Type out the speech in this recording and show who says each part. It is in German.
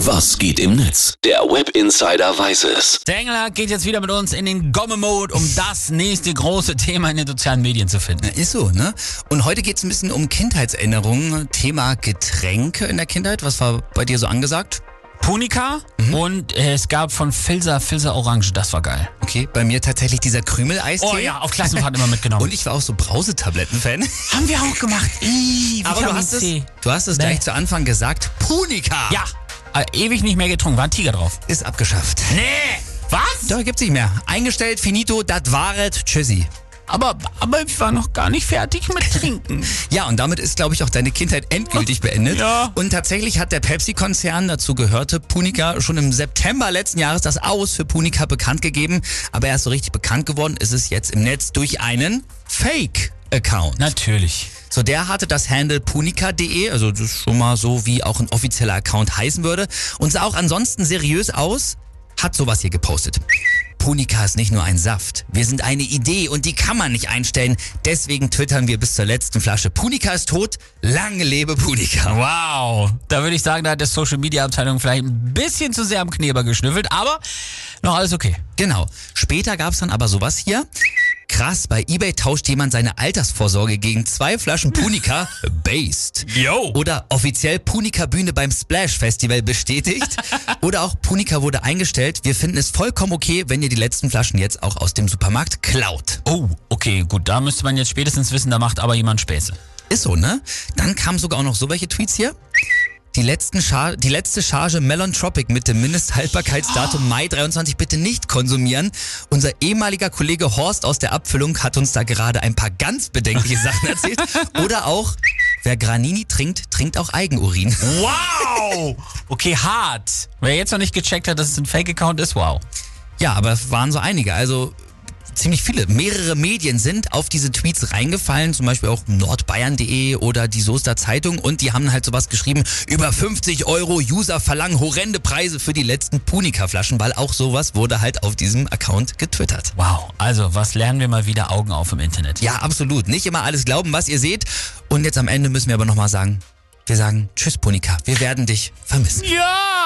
Speaker 1: Was geht im Netz? Der Web Insider weiß es.
Speaker 2: Der Engelhardt geht jetzt wieder mit uns in den Gomme-Mode, um das nächste große Thema in den sozialen Medien zu finden.
Speaker 3: Ist so, ne? Und heute geht's ein bisschen um Kindheitserinnerungen. Thema Getränke in der Kindheit. Was war bei dir so angesagt?
Speaker 2: Punika und äh, es gab von Filzer Filzer Orange, das war geil.
Speaker 3: Okay, bei mir tatsächlich dieser Krümeleistee.
Speaker 2: Oh ja, auf Klassenfahrt immer mitgenommen.
Speaker 3: Und ich war auch so Brausetabletten-Fan.
Speaker 2: haben wir auch gemacht. Ih,
Speaker 3: Aber du
Speaker 2: Vitamin
Speaker 3: hast, es,
Speaker 2: C.
Speaker 3: du hast es
Speaker 2: Nee.
Speaker 3: gleich zu Anfang gesagt. Punika
Speaker 2: Ja, äh, ewig nicht mehr getrunken, war ein Tiger drauf.
Speaker 3: ist abgeschafft.
Speaker 2: Nee, was?
Speaker 3: Doch, gibt's nicht mehr. Eingestellt, finito, dat waret, tschüssi.
Speaker 2: Aber, aber ich war noch gar nicht fertig mit Trinken.
Speaker 3: Ja, und damit ist, glaube ich, auch deine Kindheit endgültig beendet.
Speaker 2: Ja.
Speaker 3: Und tatsächlich hat der Pepsi-Konzern, dazu gehörte Punica, schon im September letzten Jahres das Aus für Punica bekannt gegeben. Aber erst so richtig bekannt geworden ist es jetzt im Netz durch einen Fake-Account.
Speaker 2: Natürlich.
Speaker 3: So, der hatte das Handle punica.de, also das ist schon mal so, wie auch ein offizieller Account heißen würde. Und sah auch ansonsten seriös aus, hat sowas hier gepostet. Punica ist nicht nur ein Saft. Wir sind eine Idee und die kann man nicht einstellen. Deswegen twittern wir bis zur letzten Flasche. Punica ist tot, lange lebe Punica.
Speaker 2: Wow. Da würde ich sagen, da hat der Social Media Abteilung vielleicht ein bisschen zu sehr am Kneber geschnüffelt, aber noch alles okay.
Speaker 3: Genau. Später gab's dann aber sowas hier. Krass, bei eBay tauscht jemand seine Altersvorsorge gegen zwei Flaschen Punica based.
Speaker 2: Yo.
Speaker 3: Oder offiziell Punika Bühne beim Splash Festival bestätigt. Oder auch Punika wurde eingestellt. Wir finden es vollkommen okay, wenn ihr die letzten Flaschen jetzt auch aus dem Supermarkt klaut.
Speaker 2: Oh, okay, gut. Da müsste man jetzt spätestens wissen, da macht aber jemand Späße.
Speaker 3: Ist so, ne? Dann kamen sogar auch noch so welche Tweets hier. Die, letzten Char die letzte Charge Melon Tropic mit dem Mindesthaltbarkeitsdatum Mai 23 bitte nicht konsumieren. Unser ehemaliger Kollege Horst aus der Abfüllung hat uns da gerade ein paar ganz bedenkliche Sachen erzählt. Oder auch, wer Granini trinkt, trinkt auch Eigenurin.
Speaker 2: Wow! Okay, hart. Wer jetzt noch nicht gecheckt hat, dass es ein Fake-Account ist, wow.
Speaker 3: Ja, aber es waren so einige. Also ziemlich viele. Mehrere Medien sind auf diese Tweets reingefallen, zum Beispiel auch nordbayern.de oder die Soester Zeitung und die haben halt sowas geschrieben, über 50 Euro User verlangen horrende Preise für die letzten Punika-Flaschen, weil auch sowas wurde halt auf diesem Account getwittert.
Speaker 2: Wow. Also, was lernen wir mal wieder Augen auf im Internet?
Speaker 3: Ja, absolut. Nicht immer alles glauben, was ihr seht. Und jetzt am Ende müssen wir aber nochmal sagen, wir sagen Tschüss Punika, wir werden dich vermissen.
Speaker 2: Ja!